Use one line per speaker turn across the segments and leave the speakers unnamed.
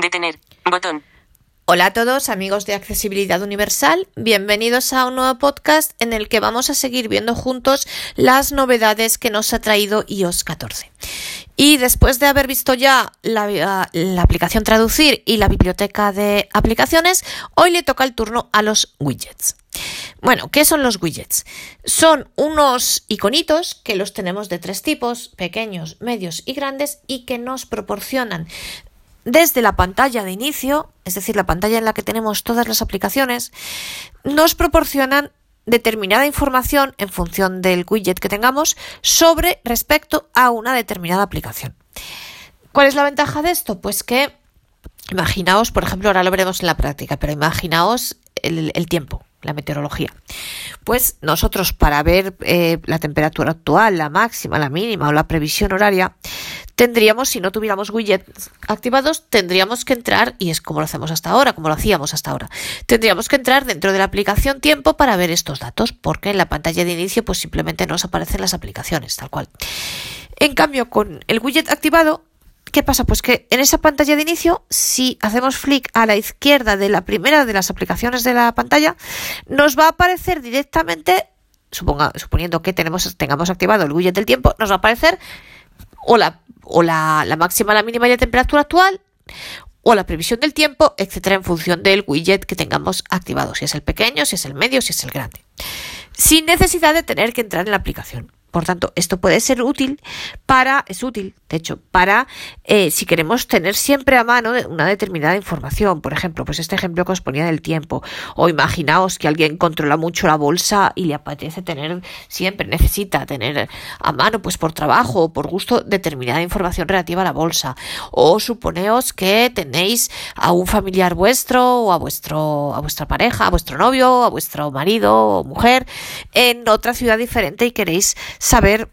Detener. Botón.
Hola a todos amigos de Accesibilidad Universal, bienvenidos a un nuevo podcast en el que vamos a seguir viendo juntos las novedades que nos ha traído iOS 14. Y después de haber visto ya la, la aplicación Traducir y la biblioteca de aplicaciones, hoy le toca el turno a los widgets. Bueno, ¿qué son los widgets? Son unos iconitos que los tenemos de tres tipos, pequeños, medios y grandes, y que nos proporcionan desde la pantalla de inicio, es decir, la pantalla en la que tenemos todas las aplicaciones, nos proporcionan determinada información en función del widget que tengamos sobre respecto a una determinada aplicación. ¿Cuál es la ventaja de esto? Pues que imaginaos, por ejemplo, ahora lo veremos en la práctica, pero imaginaos el, el tiempo, la meteorología. Pues nosotros para ver eh, la temperatura actual, la máxima, la mínima o la previsión horaria, tendríamos, si no tuviéramos widgets activados, tendríamos que entrar, y es como lo hacemos hasta ahora, como lo hacíamos hasta ahora, tendríamos que entrar dentro de la aplicación tiempo para ver estos datos, porque en la pantalla de inicio pues simplemente nos aparecen las aplicaciones, tal cual. En cambio, con el widget activado, ¿qué pasa? Pues que en esa pantalla de inicio, si hacemos flick a la izquierda de la primera de las aplicaciones de la pantalla, nos va a aparecer directamente, suponga, suponiendo que tenemos, tengamos activado el widget del tiempo, nos va a aparecer o la, o la, la máxima, la mínima y la temperatura actual, o la previsión del tiempo, etcétera, en función del widget que tengamos activado, si es el pequeño, si es el medio, si es el grande, sin necesidad de tener que entrar en la aplicación. Por tanto, esto puede ser útil para, es útil, de hecho, para eh, si queremos tener siempre a mano una determinada información. Por ejemplo, pues este ejemplo que os ponía del tiempo. O imaginaos que alguien controla mucho la bolsa y le apetece tener siempre, necesita tener a mano, pues por trabajo o por gusto, determinada información relativa a la bolsa. O suponeos que tenéis a un familiar vuestro o a vuestro, a vuestra pareja, a vuestro novio, a vuestro marido o mujer en otra ciudad diferente y queréis saber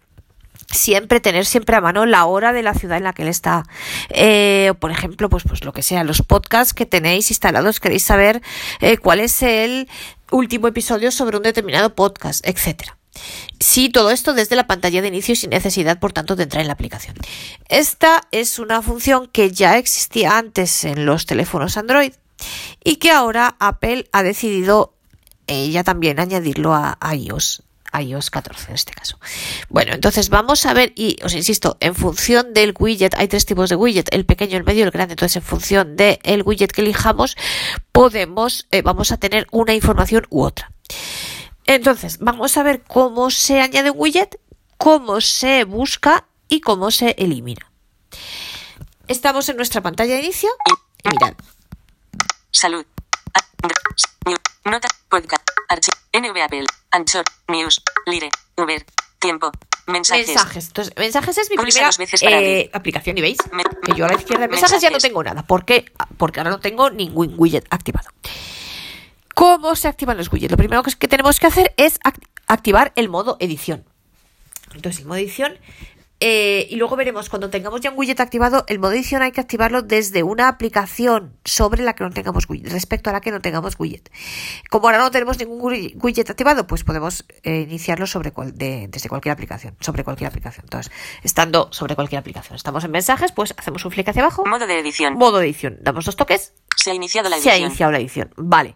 siempre tener siempre a mano la hora de la ciudad en la que él está eh, por ejemplo pues pues lo que sea los podcasts que tenéis instalados queréis saber eh, cuál es el último episodio sobre un determinado podcast etcétera Sí, todo esto desde la pantalla de inicio sin necesidad, por tanto, de entrar en la aplicación. Esta es una función que ya existía antes en los teléfonos Android y que ahora Apple ha decidido ella eh, también añadirlo a, a iOS iOS 14 en este caso. Bueno, entonces vamos a ver, y os insisto, en función del widget, hay tres tipos de widget, el pequeño, el medio y el grande. Entonces, en función del de widget que elijamos, podemos, eh, vamos a tener una información u otra. Entonces, vamos a ver cómo se añade un widget, cómo se busca y cómo se elimina. Estamos en nuestra pantalla de inicio y mirad.
Salud. Nota, podcast, archivo, NVAPL, Anchor, News, Lire, Uber, Tiempo, Mensajes.
Mensajes. Entonces, mensajes es mi
Pulsa
primera
dos veces para
eh,
abrir.
aplicación y veis
Me-
que yo a la izquierda de mensajes, ya no
Mensajes.
tengo nada. ¿Por qué? Porque ahora no tengo ningún widget activado. ¿Cómo se activan los widgets? Lo primero que, es que tenemos que hacer es ac- activar el modo edición. Entonces, el modo edición. eh, y luego veremos, cuando tengamos ya un widget activado, el modo edición hay que activarlo desde una aplicación sobre la que no tengamos widget, respecto a la que no tengamos widget. Como ahora no tenemos ningún wi- widget activado, pues podemos eh, iniciarlo sobre cual- de- desde cualquier aplicación, sobre cualquier aplicación. Entonces, estando sobre cualquier aplicación, estamos en mensajes, pues hacemos un flick hacia abajo,
Modo de edición.
modo edición, damos dos toques
Se ha iniciado la
se ha
edición.
iniciado la edición. Vale.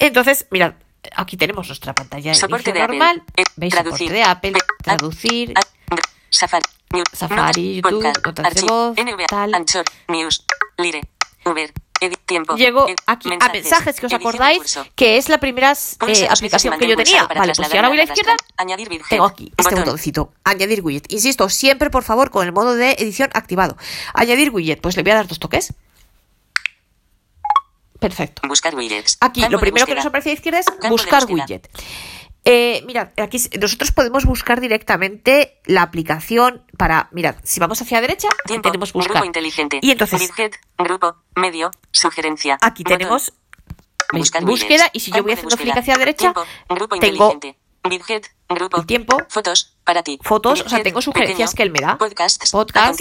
Entonces, mirad, aquí tenemos nuestra pantalla de
Soporte de
inicio normal.
Apple. Eh,
Veis
traducir.
soporte de Apple,
Eh,
traducir,
Ah, Safari, New-
Safari,
Notas,
YouTube,
Podcast,
notas de
Archivo,
voz,
NVA,
tal.
Anchor, News, Lire, Uber, Edit, Tiempo.
Llego
Ed-
aquí a mensajes que os
edición de
acordáis,
curso.
que es la primera eh,
Pulsa dos veces
aplicación que yo
mantén
tenía.
pulsado para
Vale, pues si
trasladar
ahora voy a la
barra
izquierda,
lateral. Añadir widget.
tengo aquí este
Botón.
botoncito, añadir widget. Insisto, siempre por favor con el modo de edición activado. Añadir widget, pues le voy a dar dos toques. Perfecto.
Buscar widgets.
Aquí,
Campo
lo
de
primero que nos
búsqueda.
aparece a la izquierda es
de
buscar
búsqueda.
widget. Eh, mirad, aquí s- nosotros podemos buscar directamente la aplicación para. Mirad, si vamos hacia la derecha, aquí
Tiempo,
tenemos buscar.
Grupo inteligente.
Y entonces-
Widget, grupo, medio, sugerencia.
Aquí
Botón.
tenemos ¿veis?
Buscar
búsqueda
widgets.
y si yo voy
Campo de
haciendo clic
búsqueda.
hacia la derecha,
Tiempo, grupo
tengo
inteligente. Widget, grupo.
el tiempo,
Fotos, para ti.
fotos, o sea,
Widget,
tengo sugerencias
pequeño.
que él me da.
Podcasts.
Podcast,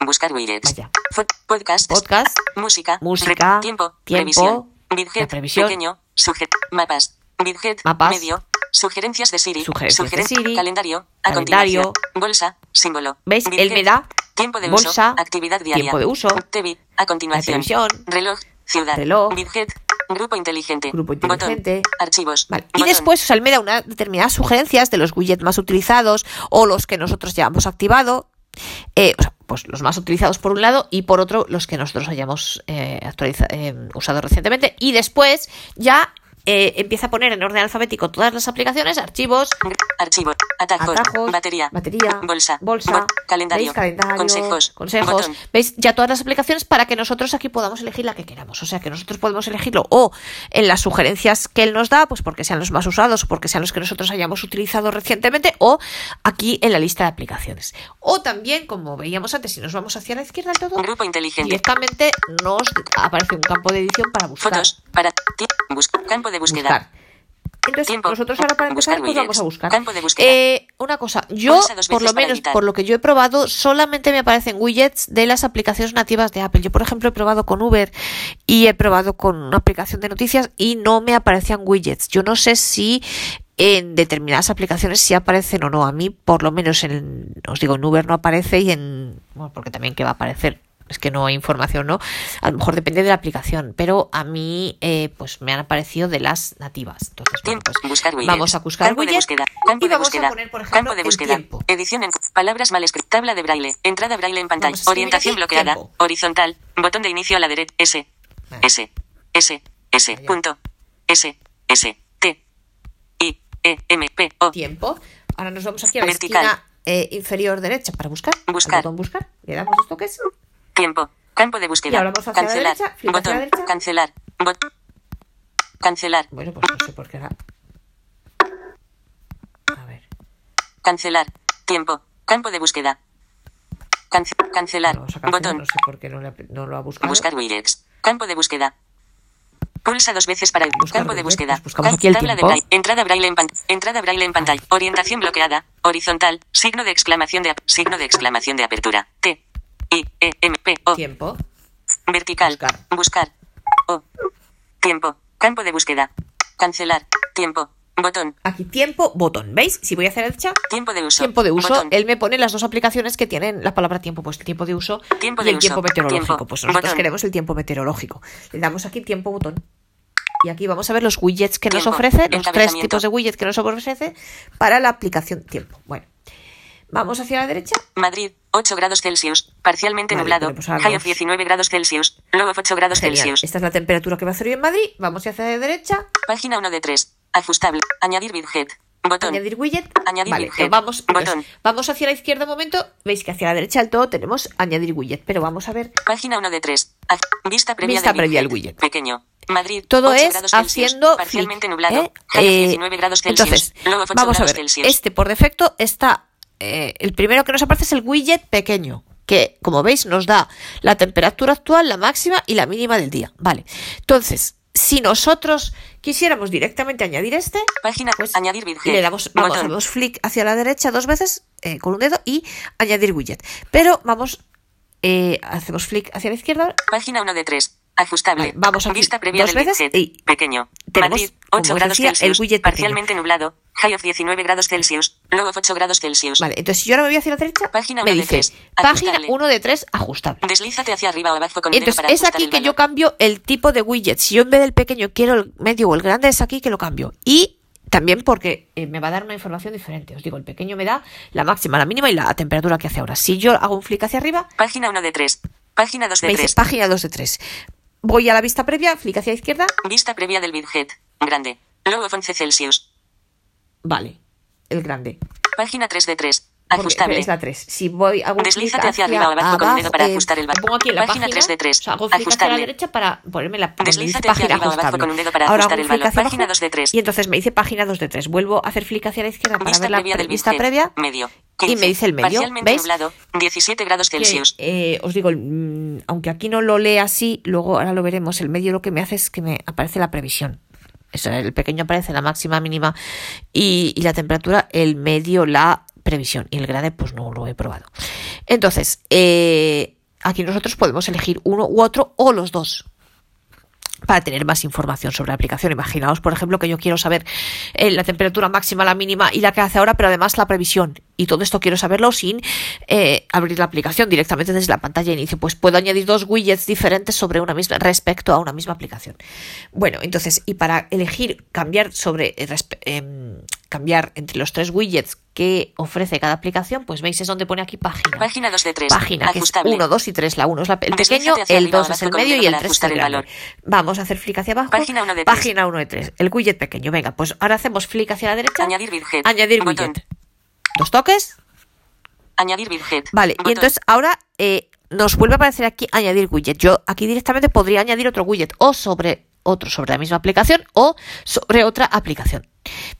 Buscar widgets.
Vaya.
Fo- Podcasts.
podcast,
Música.
Música.
Re- tiempo.
Tiempo.
Previsión. Widget.
La previsión.
Pequeño. Sujet. Mapas. Widget.
Mapas.
Medio. Sugerencias de Siri.
Sugerencias de
Sugeren-
Siri.
Calendario. A
Calendario.
continuación. Bolsa. Símbolo.
¿veis? Él
Widget,
me da
Tiempo de
Bolsa.
uso. Actividad diaria.
Tiempo de uso.
TV. A
la
continuación.
televisión.
Reloj. Ciudad.
Reloj.
Widget. Grupo inteligente.
Grupo inteligente.
Botón. Archivos.
Vale. Y
Botón.
después os almera una determinadas sugerencias de los widgets más utilizados o los que nosotros llevamos activado. eh, o sea, pues los más utilizados por un lado y por otro los que nosotros hayamos eh, actualiza- eh, usado recientemente. Y después ya eh, empieza a poner en orden alfabético todas las aplicaciones, archivos,
Archivo. Atajos.
atajos,
batería.
batería,
Bolsa.
bolsa,
Bot- calendario.
¿veis? Calendario,
Consejos.
consejos.
Botón.
¿Veis? Ya todas las aplicaciones para que nosotros aquí podamos elegir la que queramos. O sea, que nosotros podemos elegirlo o en las sugerencias que él nos da, pues porque sean los más usados o porque sean los que nosotros hayamos utilizado recientemente o aquí en la lista de aplicaciones. O también, como veíamos antes, si nos vamos hacia la izquierda del todo,
Grupo inteligente.
directamente nos aparece un campo de edición para buscar.
Fotos. Para. ti- busca- Campo de búsqueda.
Buscar. Entonces,
Tiempo.
nosotros ahora para
Buscar
empezar, pues
widgets.
vamos a buscar.
Campo de búsqueda.
Eh, una cosa, yo,
Pulsa dos
por
veces
lo
para
menos,
editar.
por lo que yo he probado, solamente me aparecen widgets de las aplicaciones nativas de Apple. Yo, por ejemplo, he probado con Uber y he probado con una aplicación de noticias y no me aparecían widgets. Yo no sé si en determinadas aplicaciones si aparecen o no. A mí, por lo menos, en, os digo, en Uber no aparece y en... Bueno, porque también que va a aparecer es que no hay información, ¿no? A lo mejor depende de la aplicación, pero a mí eh, pues me han aparecido de las nativas. Entonces, bueno,
Tiempo.
pues
Buscar widget.
vamos a buscar
campo de
widget
búsqueda. Campo
y
de
vamos
búsqueda.
a poner, por ejemplo,
campo de
el
búsqueda.
tiempo.
Edición en palabras mal escritas. Tabla de braille. Entrada braille en pantalla.
Vamos a escribir
Orientación
aquí
bloqueada.
tiempo.
Horizontal. Botón de inicio a la derecha. S.
Ah.
S. S. S.
Allá.
Punto. S. S. T. I. E. M. P. O.
Tiempo. Ahora nos vamos aquí a la
Vertical.
esquina eh, inferior derecha para buscar. al
Buscar.
botón buscar. Le damos dos toques.
Tiempo. Campo de búsqueda.
Y ahora vamos hacia la
cancelar.
derecha, flipa hacia la
Botón.
derecha.
Cancelar. Bot- Cancelar.
Bueno, pues no sé por qué era. A ver.
Cancelar. Tiempo. Campo de búsqueda. Cance- cancelar.
Vamos a cancelar.
Botón.
No sé por qué no, le- no lo ha buscado.
Buscar widgets. Campo de búsqueda. Pulsa dos veces para el
Buscar
campo de
widgets,
búsqueda.
pues buscamos
Cam-
aquí el
tabla de
tiempo.
braille. Entrada braille en pantalla. Entrada braille en pantalla. Orientación bloqueada. Horizontal. Signo de exclamación de ap- signo de exclamación de apertura. T I E M P O.
Tiempo.
Vertical.
Buscar.
Buscar. O. Tiempo. Campo de búsqueda. Cancelar. Tiempo. Botón.
Aquí tiempo, botón. ¿Veis? Si voy hacia la derecha,
Tiempo de uso.
tiempo de uso,
Botón.
él me pone las dos aplicaciones que tienen la palabra tiempo, pues el tiempo de uso
Tiempo
y
de
el
uso.
tiempo meteorológico.
Tiempo.
Pues nosotros
Botón.
queremos el tiempo meteorológico. Le damos aquí tiempo botón. Y aquí vamos a ver los widgets que nos
Tiempo.
ofrece, los tres
Encabezamiento.
tipos de widgets que nos ofrece para la aplicación tiempo. Bueno, vamos hacia la derecha.
Madrid, 8 grados Celsius, parcialmente
Vale,
nublado.
bueno, pues ahora
High
nos-
of 19 grados Celsius, luego 8 grados
Genial.
Celsius.
Esta es la temperatura que va a hacer hoy en Madrid. Vamos hacia la derecha.
Página 1 de 3. Ajustable. Añadir widget. Botón.
Añadir widget.
Añadir
vale,
widget.
pero vamos,
Botón.
vamos hacia la izquierda un momento. Veis que hacia la derecha del todo tenemos añadir widget, pero vamos a ver
Página 1 de 3. Aj- Vista previa
Vista
del
previa al
widget.
widget.
Pequeño. Madrid.
Todo
8
es
grados Celsius,
haciendo flick,
Parcialmente nublado.
¿eh?
High of
Eh,
19 grados Celsius.
Entonces,
luego 8
vamos a
grados
ver.
Celsius.
Este por defecto está eh, el primero que nos aparece es el widget pequeño, que como veis nos da la temperatura actual, la máxima y la mínima del día. Vale. Entonces, si nosotros quisiéramos directamente añadir este,
Página.
pues
añadir widget.
le damos, vamos,
Botón.
hacemos flick hacia la derecha dos veces eh, con un dedo y añadir widget. Pero vamos, eh, hacemos flick hacia la izquierda
Página 1 de 3. Ajustable.
Vale, vamos aquí
Vista previa
dos
del
veces
widget.
y
pequeño.
tenemos,
Madrid,
como
8
os
grados
decía, el
Celsius.
widget pequeño.
parcialmente nublado. High of 19 grados Celsius. Luego 8 grados Celsius.
Vale, entonces si yo ahora me voy hacia la derecha,
Página
me
uno de
dice
tres,
página
ajustable.
1 de 3 ajustable.
Deslízate hacia arriba o abajo con el dedo
Entonces
para
es
ajustar
aquí
el
que yo
valor.
cambio el tipo de widget. Si yo en vez del pequeño quiero el medio o el grande, es aquí que lo cambio. Y también porque eh, me va a dar una información diferente. Os digo, el pequeño me da la máxima, la mínima y la temperatura que hace ahora. Si yo hago un flick hacia arriba,
Página 1 de 3. Página 2
me
de
dice
3.
página 2 de 3. Voy a la vista previa, flick hacia la izquierda,
Vista previa del widget. Grande. Luego 11 Celsius.
vale, el grande.
Página 3 de 3.
Porque
Ajustable.
es la 3. Si voy hago un
Deslízate
clic
hacia arriba o abajo con el dedo para ajustar el valor.
Pongo aquí en la
Página
página,
3 de 3.
o sea, hago clic hacia la
Ajustable.
derecha para ponerme la donde dice
Deslízate hacia arriba o abajo
ajustable.
con un dedo para
Ahora
ajustar
hago
el
clic
valor.
hacia
Página
abajo
2 de 3.
Y entonces me dice página 2 de 3. Vuelvo a hacer flick hacia la izquierda para
Vista
ver la
previa del
vista
widget.
previa.
Medio.
Y
15.
me dice el medio.
Parcialmente
¿Veis?
nublado. 17 grados
que,
Celsius.
eh, os digo, mm, aunque aquí no lo lee así, luego ahora lo veremos. El medio lo que me hace es que me aparece la previsión. Eso, el pequeño aparece la máxima, mínima y, y la temperatura, el medio, la previsión. Y el grande, pues no lo he probado. Entonces, eh, aquí nosotros podemos elegir uno u otro o los dos para tener más información sobre la aplicación. Imaginaos, por ejemplo, que yo quiero saber eh, la temperatura máxima, la mínima y la que hace ahora, pero además la previsión. y todo esto quiero saberlo sin eh, abrir la aplicación directamente desde la pantalla de inicio. Pues puedo añadir dos widgets diferentes sobre una misma, respecto a una misma aplicación. Bueno, entonces, y para elegir cambiar sobre eh, cambiar entre los tres widgets que ofrece cada aplicación, pues veis es donde pone aquí página.
Página 2 de 3.
Página, que es 1, 2 y 3. La 1 es la, el pequeño, el 2 es el medio y el 3 es el valor. Vamos a hacer flick hacia abajo.
Página 1 de 3.
Página 1 de 3. El widget pequeño. Venga, pues ahora hacemos flick hacia la derecha.
Añadir widget.
Añadir
Botón.
widget. Dos toques.
Añadir widget.
Vale,
Botón.
y entonces ahora eh, nos vuelve a aparecer aquí añadir widget. Yo aquí directamente podría añadir otro widget o sobre otro sobre la misma aplicación o sobre otra aplicación.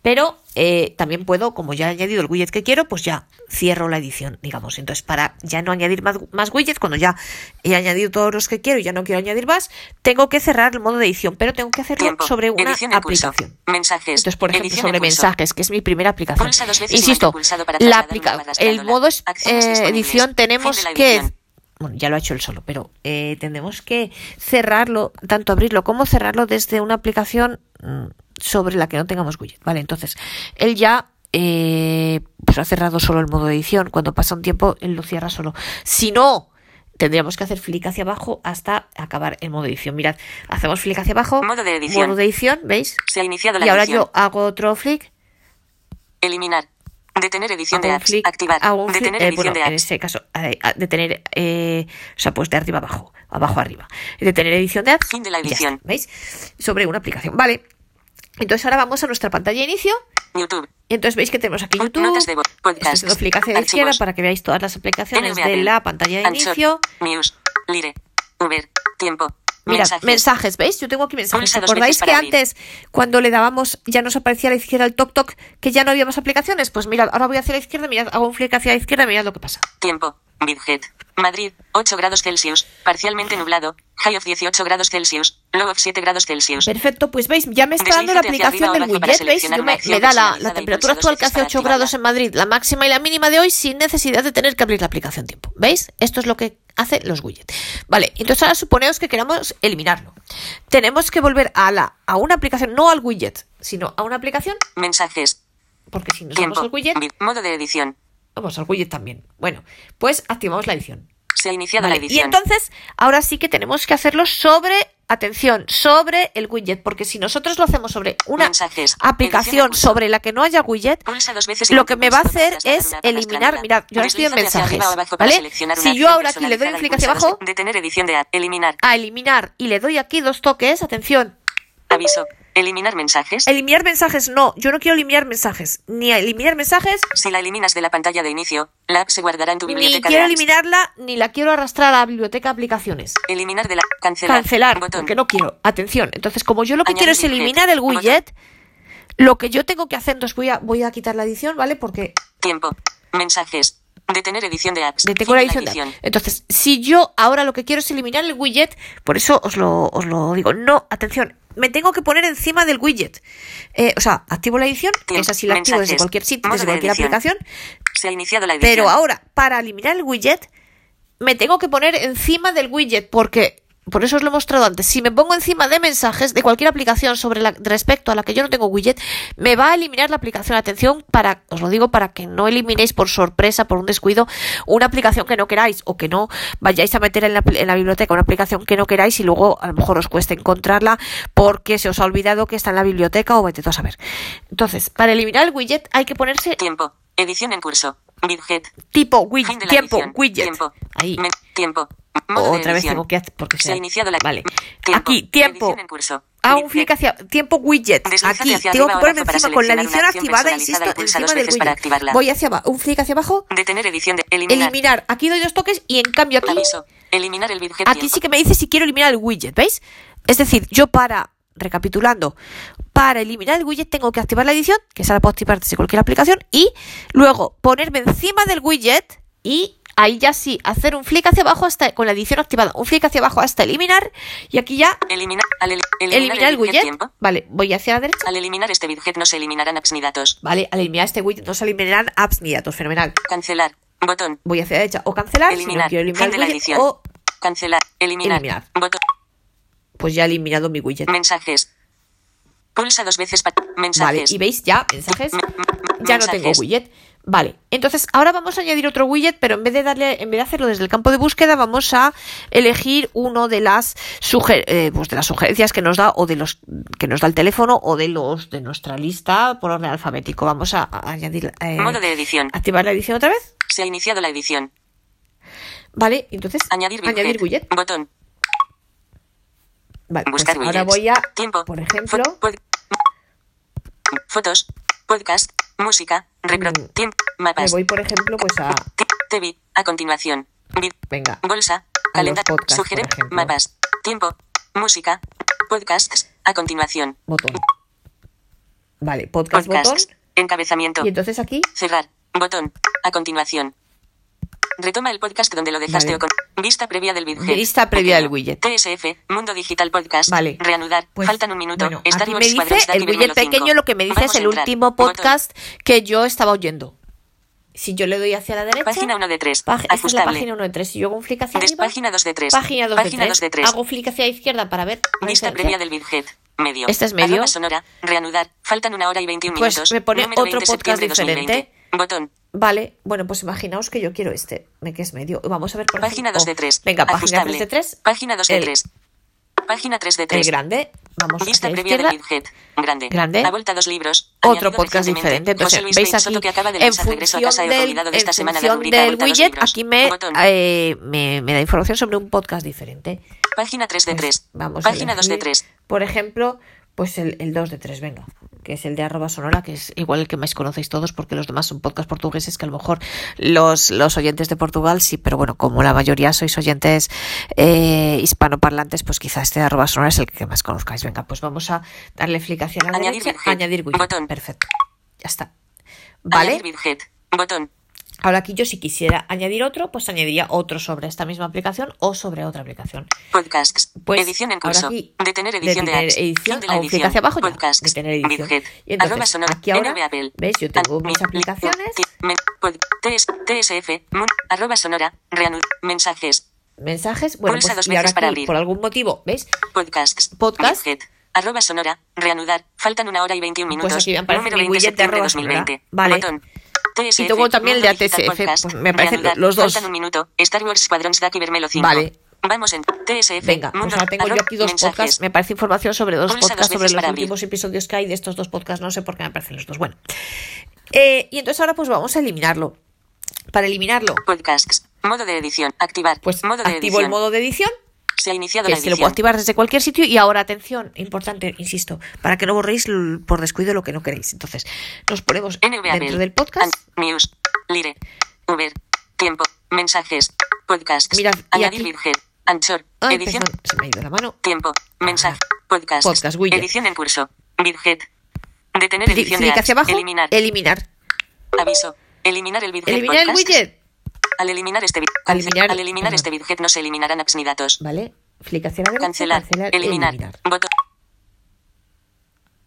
Pero eh, también puedo, como ya he añadido el widget que quiero, pues ya cierro la edición, digamos. Entonces, para ya no añadir más, más widgets, cuando ya he añadido todos los que quiero y ya no quiero añadir más, tengo que cerrar el modo de edición, pero tengo que hacerlo
Tiempo.
sobre una
Edición de pulso.
aplicación.
Mensajes.
Entonces, por ejemplo,
Edición
sobre
de pulso.
mensajes, que es mi primera aplicación.
Pulsa dos veces
Insisto,
durante pulsado para
la
trasladar
aplica
una barra
el
escalona.
modo es-
Acciones
eh,
disponibles.
edición
Fin
tenemos
de la
que...
edición.
Bueno, ya lo ha hecho él solo, pero eh, tendremos que cerrarlo, tanto abrirlo como cerrarlo desde una aplicación mm, sobre la que no tengamos widget. Vale, entonces, él ya... eh, pues ha cerrado solo el modo de edición. Cuando pasa un tiempo, él lo cierra solo. Si no, tendríamos que hacer flick hacia abajo hasta acabar el modo de edición. Mirad, hacemos flick hacia abajo.
Modo de edición.
Modo de edición, ¿veis?
Se ha iniciado la
Y ahora
edición.
yo hago otro flick
Eliminar. Detener edición
hago
de
un
apps.
clic,
Activar.
hago un
Detener
clic, eh,
edición
bueno,
de
en
apps.
este caso, eh, a- detener, eh, o sea, pues de arriba abajo, abajo arriba. Detener edición de apps.
Fin de la
y ya
edición.
está, ¿Veis? Sobre una aplicación. Vale. Entonces ahora vamos a nuestra pantalla de inicio.
YouTube.
Y entonces veis que tenemos aquí YouTube.
Notas de voz.
Estoy haciendo
Podcasts.
clic hacia la izquierda
Archivos.
para que veáis todas las aplicaciones
NVAD,
de la pantalla de
Anchor,
inicio.
News. Lire. Uber. Tiempo.
Mirad, mensajes.
mensajes.
¿veis? Yo tengo aquí mensajes.
Pulsa dos
¿Recordáis
veces
que
para abrir.
antes, cuando le dábamos, ya nos aparecía a la izquierda el toc toc, que ya no había más aplicaciones? Pues mirad, ahora voy hacia la izquierda, mirad, hago un flick hacia la izquierda, mirad lo que pasa.
Tiempo. Widget. Madrid. 8 grados Celsius. Parcialmente nublado. High of 18 grados Celsius. Low of 7 grados Celsius.
Perfecto, pues veis, ya me está
Deslízate
dando la
hacia
aplicación
arriba o
del
abajo para
widget, veis,
seleccionar
Yo
una
me,
acción
me da la, la
personalizada y pulsa
temperatura
dos
actual que
veces
hace
para
8 grados
activarla.
en Madrid, la máxima y la mínima de hoy sin necesidad de tener que abrir la aplicación tiempo. ¿Veis? Esto es lo que hacen los widgets. Vale, entonces ahora suponeos que queramos eliminarlo. Tenemos que volver a, la, a una aplicación, no al widget, sino a una aplicación,
Mensajes.
porque si nos
Tiempo.
vamos al widget,
Vid- Modo de edición.
vamos al widget Oh, pues también. Bueno, pues activamos la edición.
Se ha iniciado
Vale,
la
Y
edición.
entonces, ahora sí que tenemos que hacerlo sobre, atención, sobre el widget, porque si nosotros lo hacemos sobre una
Mensajes. Edición
aplicación
de curso.
sobre la que no haya widget,
Pulsa dos veces
lo que me va a
pulsa
hacer
para trasladar
es
una barra
eliminar,
escalonada.
mirad, yo ahora estoy en
Deslízate hacia
mensajes,
arriba o abajo para
¿vale?
seleccionar una
Si yo
acción
ahora aquí le doy un
personalizada y
clic hacia
pulsa dos
abajo,
ve- Detener edición de app. Eliminar.
a eliminar, y le doy aquí dos toques, atención,
Aviso. Eliminar mensajes.
eliminar mensajes, no, yo no quiero eliminar mensajes, ni eliminar mensajes,
Si la eliminas de la pantalla de inicio, la app se guardará en tu
ni
biblioteca
quiero
de apps.
eliminarla, ni la quiero arrastrar a la biblioteca de aplicaciones.
Eliminar de la cancelar.
cancelar,
Botón.
porque no quiero. Atención. Entonces, como yo lo que
Añadir
quiero es
widget.
eliminar el
Botón.
widget, lo que yo tengo que hacer, entonces voy a, voy a quitar la edición, ¿vale? Porque
Tiempo. Mensajes. Detener edición de apps.
detengo
Fin
la
de
edición. de- Entonces, si yo ahora lo que quiero es eliminar el widget, por eso os lo, os lo digo. No, atención. Me tengo que poner encima del widget. Eh, o sea, activo la edición,
Tiempo.
esa sí la activo desde
Mensajes.
cualquier sitio,
Modo
desde
de
cualquier
edición.
aplicación.
Se ha iniciado la edición.
Pero ahora, para eliminar el widget, me tengo que poner encima del widget porque, por eso os lo he mostrado antes, si me pongo encima de mensajes de cualquier aplicación sobre la, respecto a la que yo no tengo widget, me va a eliminar la aplicación. Atención, para, os lo digo para que no eliminéis por sorpresa, por un descuido, una aplicación que no queráis o que no vayáis a meter en la, pl- en la biblioteca una aplicación que no queráis y luego a lo mejor os cuesta encontrarla porque se os ha olvidado que está en la biblioteca o vete tú a saber. Entonces, para eliminar el widget hay que ponerse
Tiempo. Edición en curso. Widget.
tipo
Fin de
widget,
la
tiempo,
edición.
widget.
Tiempo.
Ahí.
Men- tiempo. Modo de
Otra vez
edición.
tengo que hacer porque
Se ha iniciado la
Vale.
Tiempo.
Aquí, tiempo.
Edición en curso.
Hago un
Widget.
clic hacia tiempo widget.
Deslízate
Aquí
hacia
tengo que
arriba o
ponerme
abajo para
encima con la
seleccionar una
edición
acción
activada, insisto,
personalizada y pulsa
encima
dos
del
veces para
widget.
activarla.
Voy hacia abajo, un clic hacia abajo,
Detener edición de eliminar.
eliminar. Aquí doy dos toques y en cambio aquí
Aviso. Eliminar el widget.
aquí
tiempo.
sí que me dice si quiero eliminar el widget, ¿veis? Es decir, yo para, recapitulando, para eliminar el widget tengo que activar la edición, que esa la puedo activar desde cualquier aplicación, y luego ponerme encima del widget y ahí ya sí, hacer un flick hacia abajo hasta con la edición activada, un flick hacia abajo hasta eliminar, y aquí ya
Eliminar, al el- eliminar,
eliminar el widget.
tiempo.
Vale, voy hacia la derecha.
Al eliminar este widget no se eliminarán apps ni datos.
Vale, al eliminar este widget no se eliminarán apps ni datos, fenomenal.
Cancelar. Botón.
Voy hacia la derecha o cancelar, si no
Eliminar.
quiero Ah, eliminar
fin de la
el widget,
edición.
o
Cancelar. Eliminar.
Eliminar.
Botón.
pues ya he eliminado mi widget.
Mensajes. Pulsa dos veces para
Vale,
mensajes.
y veis ya, mensajes.
Me- me-
Ya no tengo
mensajes.
widget. Vale, entonces ahora vamos a añadir otro widget, pero en vez de darle, en vez de hacerlo desde el campo de búsqueda, vamos a elegir uno de las, suger eh, pues de las sugerencias que nos da o de los que nos da el teléfono o de los de nuestra lista por orden alfabético. Vamos a, a añadir eh,
Modo de edición.
activar la edición otra vez.
Se ha iniciado la edición.
Vale, entonces
Añadir widget.
widget.
Botón.
Vale, pues
Buscar widgets.
ahora voy a,
Tiempo.
por ejemplo,
Fo- pod- fotos. Podcast. Música. Repro.
Mm.
Tiempo.
me
Mapas.
voy por ejemplo pues a,
Ti- TV. A continuación. Vi-
venga,
Bolsa.
A los
Calendario.
podcasts, por
Sugerir.
ejemplo.
Mapas. Tiempo. Música. Podcasts. A continuación.
botón. Vale, podcast botón.
Podcasts. Encabezamiento.
Y entonces aquí
Cerrar. Botón. A continuación. Retoma el podcast donde lo dejaste
Vale.
o con... Vista previa del widget.
Vista previa del widget.
TSF. Mundo Digital Podcast.
Vale.
Reanudar.
Pues,
Faltan un minuto.
bueno,
Star
aquí
Wars
me dice
Squadron Star
el
Trek
widget
Velo cinco.
pequeño, lo que me dice
Vamos
es
a
el
entrar.
último
Botón.
podcast que yo estaba oyendo. Si yo le doy hacia la derecha,
Página 1 de 3.
pag- esta es la
Ajustable.
página 1 de 3. Si yo hago un flick hacia
Des-
arriba,
página 2 de 3.
página 2 de 3.
de 3.
Hago flick hacia la izquierda para ver. la
Lista previa
diferencia.
del widget. Medio.
Este es medio.
Arroba sonora. Reanudar. Faltan una hora y 21
Pues
minutos.
me pone
Número
otro
20 septiembre
podcast diferente.
2020. Botón.
Vale, bueno, pues imaginaos que yo quiero este, me- que es medio. Vamos a ver por
Página
ejemplo-
2 de 3.
Oh, Venga, página
Ajustable.
3 de 3.
Página 2 de
El-
3. Página 3 de
El
3.
grande. Vamos
Vista
hacia la
previa del
izquierda.
widget. Grande.
Grande.
A vuelta dos libros.
Otro
añadido
podcast
recientemente.
diferente. Entonces,
José Luis
veis
Peixoto,
aquí,
que acaba de
en
lanzar Regreso a
función
casa y
del,
olvidado de esta
en
semana la
función
rubrica
del
Vuelta a los
widget,
libros.
aquí me,
Botón.
eh, me, me da información sobre un podcast diferente.
Página 3 de
Pues
3.
vamos a
Página 2 de
elegir,
3.
Por ejemplo, pues el, el 2 de 3, venga, que es el de arroba sonora, que es igual el que más conocéis todos, porque los demás son podcasts portugueses que a lo mejor los, los oyentes de Portugal sí, pero bueno, como la mayoría sois oyentes eh, hispanoparlantes, pues quizás este de arroba sonora es el que más conozcáis. Venga, pues vamos a darle explicación a la
Añadir
derecha,
widget.
añadir widget.
Botón.
Perfecto. Ya está. ¿Vale?
Añadir widget. Botón.
Ahora aquí yo si quisiera añadir otro, pues añadiría otro sobre esta misma aplicación o sobre otra aplicación.
Podcasts.
Pues,
edición en
ahora
curso.
aquí,
detener edición de,
detener
apps.
edición,
Fin de la
hago un clic hacia abajo ya,
Podcasts.
detener edición.
Widget.
Y entonces,
Arroba sonora.
aquí ahora,
NV Apple.
¿veis? Yo tengo
Ad-
mis
mi-
aplicaciones.
mi- pod- TS- TSF. mun- Arroba sonora. Reanud. Mensajes.
Mensajes, bueno,
Pulsa
pues
dos
y ahora
veces para
aquí,
abrir.
por algún motivo, ¿veis?
Podcasts.
Podcast.
Widget. Arroba sonora. Reanudar. Faltan una hora y 21 minutos.
Pues aquí me aparece
Número
mi
20
widget de
septiembre
arroba
2020.
sonora. Vale.
Botón. TSF,
Y tengo también el de
Mundo Digital
ATSF,
Podcast.
pues me parecen
Reanudar.
los dos.
Faltan un minuto. Star Wars Squadron Saki Vermelo 5.
Vale.
Vamos en TSF.
Venga, pues
Mundo-
ahora tengo yo
arroba-
aquí dos
mensajes.
podcasts. Me parece información sobre dos
Pulsa dos
podcasts, sobre
veces
los
para abrir.
últimos episodios que hay de estos dos podcasts. No sé por qué me aparecen los dos. Bueno. Eh, y entonces ahora pues vamos a eliminarlo. Para eliminarlo,
Podcasts. Modo de edición. Activar.
pues
modo de
activo
edición.
el modo de edición
Se ha iniciado la
que se lo puedo
edición.
activar desde cualquier sitio y ahora atención importante insisto para que no borréis l- por descuido lo que no queréis entonces nos ponemos
NVA
dentro
Bell.
del podcast
An- News. Lire. Uber. Tiempo. Mensajes. Podcasts.
Mirad, y
Añadir
aquí-
Virgen. Anchor.
Ay,
edición.
perdón, se me ha ido la mano
Tiempo. Mensaje. Podcasts.
Podcast, widget.
Edición en curso. Virgen. Detener
Clic
edición de
clic
apps.
hacia abajo
Eliminar.
eliminar
Aviso. Eliminar el widget.
eliminar el
podcast.
widget
Al eliminar este widget.
Al eliminar-
Al eliminar
Ajá.
este widget no se eliminarán apps ni datos.
vale clic hacia la derecha
Cancelar. eliminar.
eliminar.
Botón.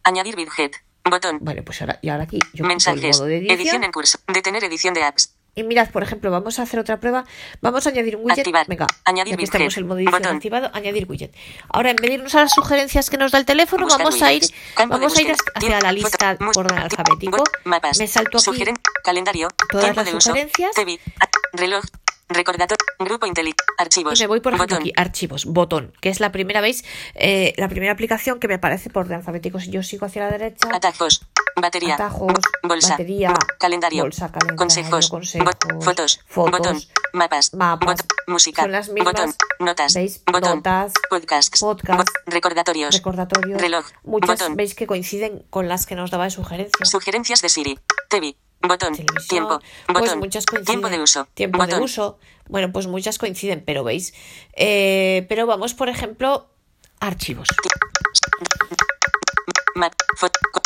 Añadir widget. Botón.
vale pues ahora y ahora aquí yo quito el
Mensajes.
modo de edición,
Edición en curso. Detener edición de apps.
y mirad por ejemplo vamos a hacer otra prueba vamos a añadir un widget
Activar.
venga
Añadir
ya que
widget.
estamos el modo de edición
Botón.
activado añadir widget ahora en vez de irnos a las sugerencias que nos da el teléfono
Buscar
vamos a ir
widgets. Campo de
vamos a ir
búsqueda.
hacia la
Tiempo.
lista
Foto.
por orden
Música.
alfabético
Web. Mapas.
me salto aquí
Sugeren- calendario.
todas
tiempo
las
de uso.
sugerencias.
TV. a- Reloj. Recordatorio. Grupo inteligente. Archivos.
Y me voy, por ejemplo,
Botón.
aquí, archivos, botón, que es la primera, ¿veis? Eh, la primera aplicación que me aparece por orden alfabético. Si yo sigo hacia la derecha,
Atajos. Batería.
atajos,
bo- Bolsa.
batería,
bo- Calendario.
bolsa, calendario,
consejos.
consejos,
bo- fotos.
fotos,
Botón. Mapas.
mapas.
botón, música.
Son las mismas,
Botón. Notas.
¿veis?
Botón.
Notas,
Podcasts.
podcasts,
bo- recordatorios.
recordatorios,
Reloj.
muchas
Botón.
veis que coinciden con las que nos daba de sugencias.
Sugerencias de Siri. TV. Botón.
televisión,
Tiempo.
pues
Botón.
muchas coinciden.
tiempo de uso.
Tiempo
botón.
de uso. Bueno, pues muchas coinciden, pero veis. Eh, pero vamos, por ejemplo, archivos.
Map, fot- co-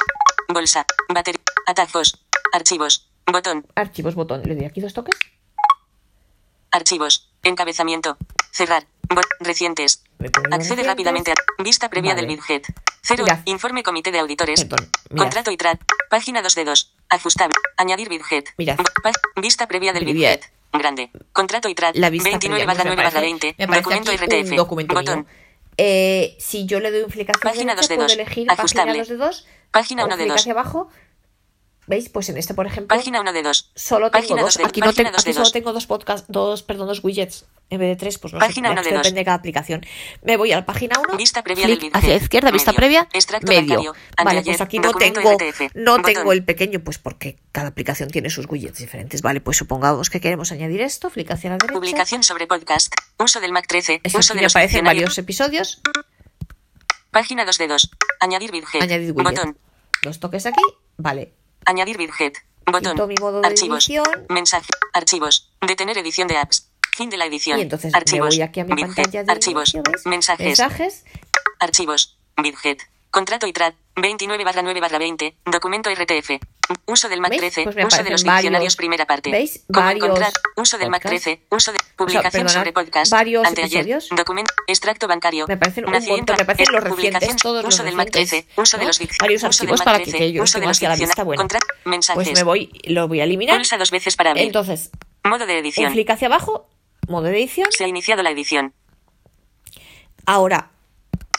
bolsa, batería, atajos, archivos, botón,
Archivos, botón. Le doy aquí dos toques.
archivos, encabezamiento, cerrar, bo- recientes.
Me pongo los
Accede
dientes.
rápidamente a vista previa
Vale.
del widget. Cero,
Mirad.
informe comité de auditores,
Perdón, mirad.
contrato y trat, página 2 de 2, ajustable, añadir widget,
Mirad.
Pa- vista previa del
Mirad.
widget. Grande. Contrato y trat.
la vista
29
previa,
barra
pues me
9 barra
parece-
20.
me parece
Documento
aquí
RTF.
un documento
Botón.
mío. Eh, si yo le doy un clic hacia
Página
derecha,
dos de
puedo
dos,
elegir
ajustable.
página 2 de 2
Página uno de dos.
hacia abajo ¿Veis? Pues en este, por ejemplo,
Página 1 de 2.
solo tengo
Página
dos.
dos de-
Aquí, no
página
tengo,
dos de
aquí solo
dos.
tengo dos podcasts, dos, perdón, dos widgets. En vez de tres, pues no
Página
sé,
uno de
esto
dos.
depende de cada aplicación. Me voy a la página 1,
Vista previa del vídeo.
hacia la izquierda, vista
Medio.
previa,
Extracto
medio.
bancario.
Vale,
Anteayer.
pues aquí no
Documento
tengo,
RTF.
no
Botón.
tengo el pequeño, pues porque cada aplicación tiene sus widgets diferentes. Vale, pues supongamos que queremos añadir esto, clic hacia la derecha.
Publicación sobre podcast. Uso del Mac 13.
Eso
uso
aquí
de
me
los
aparecen
diccionarios.
varios episodios.
Página 2 de 2. Añadir widget.
Añadir widget.
Botón.
Los toques aquí, vale.
Añadir widget. Botón.
Quito mi modo de
archivos.
edición.
Mensaje. Archivos. Detener edición de apps. Fin de la edición.
Y entonces
archivos.
me voy aquí a mi
Widget.
pantalla de
Archivos.
inicio, ¿ves?
Mensajes.
mensajes.
Archivos. Widget. Contrato y trad. 29 barra 9 barra 20. Documento RTF. Uso del Mac
¿Veis?
13.
Pues me
uso de los
aparecen varios.
diccionarios primera parte.
¿Veis?
Cómo
Varios
encontrar. Uso del Mac
podcasts.
13. Uso de publicación
perdonad,
sobre podcast.
varios
anteayer,
episodios.
Documento. Extracto bancario.
Me parecen un
nacimiento,
montón, me parecen
eh,
los recientes,
publicación,
todos los
Uso del Mac
recientes,
13. Uso de
¿no?
los dic-
Varios
uso del
archivos
Mac
para que-
13,
que yo
uso de
tengo
los
hacia la vista,
diccionarios,
bueno.
contra- mensajes.
Pues me voy, lo voy a eliminar.
Pulsa dos veces para abrir.
Entonces,
Modo de
un
edición.
clic hacia abajo, modo de edición.
Se ha iniciado la edición.
Ahora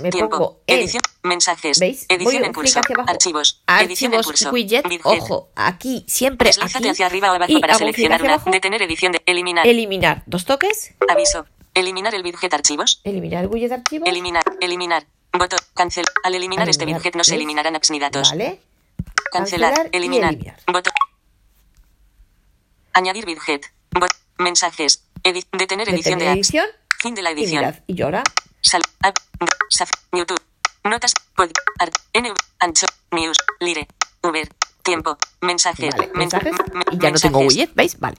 me
Tiempo.
pongo en
edición. Mensajes.
eh, ¿Veis? Voy
Edición
un
en
clic
curso.
hacia abajo.
Archivos. edición en
Archivos,
curso.
widget,
Widget.
ojo, aquí, siempre
Deslázate
aquí.
hacia arriba o
y
abajo para
hago un clic
seleccionar
hacia
una.
abajo,
Detener edición de. Eliminar.
eliminar dos toques,
Aviso. Eliminar el widget archivos.
eliminar el widget de archivos,
Eliminar. Eliminar. Botón. Cancel. Al eliminar este
Eliminar,
widget no se
¿veis?
eliminarán apps ni datos.
vale,
Cancelar.
cancelar y
eliminar.
eliminar.
Botón. Añadir widget. Bot- Mensajes. Edi- Detener edición
detener
de apps.
edición
Fin de la
y
edición.
mirad, y yo ahora
Sal, app, saf, YouTube, notas, pod, art, nv, ancho, news, lire, uber, tiempo, mensajes,
Vale,
men-
mensajes.
men-
Y ya no tengo
mensajes.
widget, ¿veis? Vale.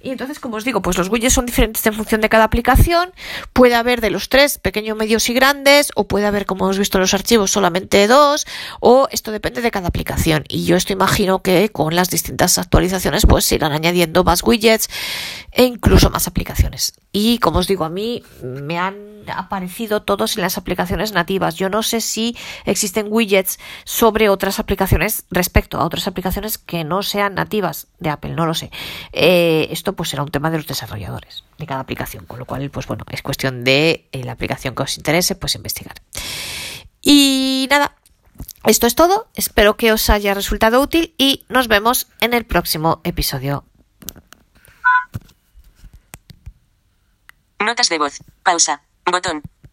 Y entonces, como os digo, pues los widgets son diferentes en función de cada aplicación. Puede haber de los tres, pequeños, medios y grandes, o puede haber, como hemos visto en los archivos, solamente dos, o esto depende de cada aplicación. Y yo esto imagino que con las distintas actualizaciones, pues se irán añadiendo más widgets e incluso más aplicaciones. Y como os digo, a mí me han aparecido todos en las aplicaciones nativas. Yo no sé si existen widgets sobre otras aplicaciones respecto a otras aplicaciones que no sean nativas de Apple, no lo sé. Eh, esto pues será un tema de los desarrolladores de cada aplicación, con lo cual pues bueno, es cuestión de eh, la aplicación que os interese pues investigar. Y nada, esto es todo. Espero que os haya resultado útil y nos vemos en el próximo episodio. E.
Notas de voz, pausa, botón,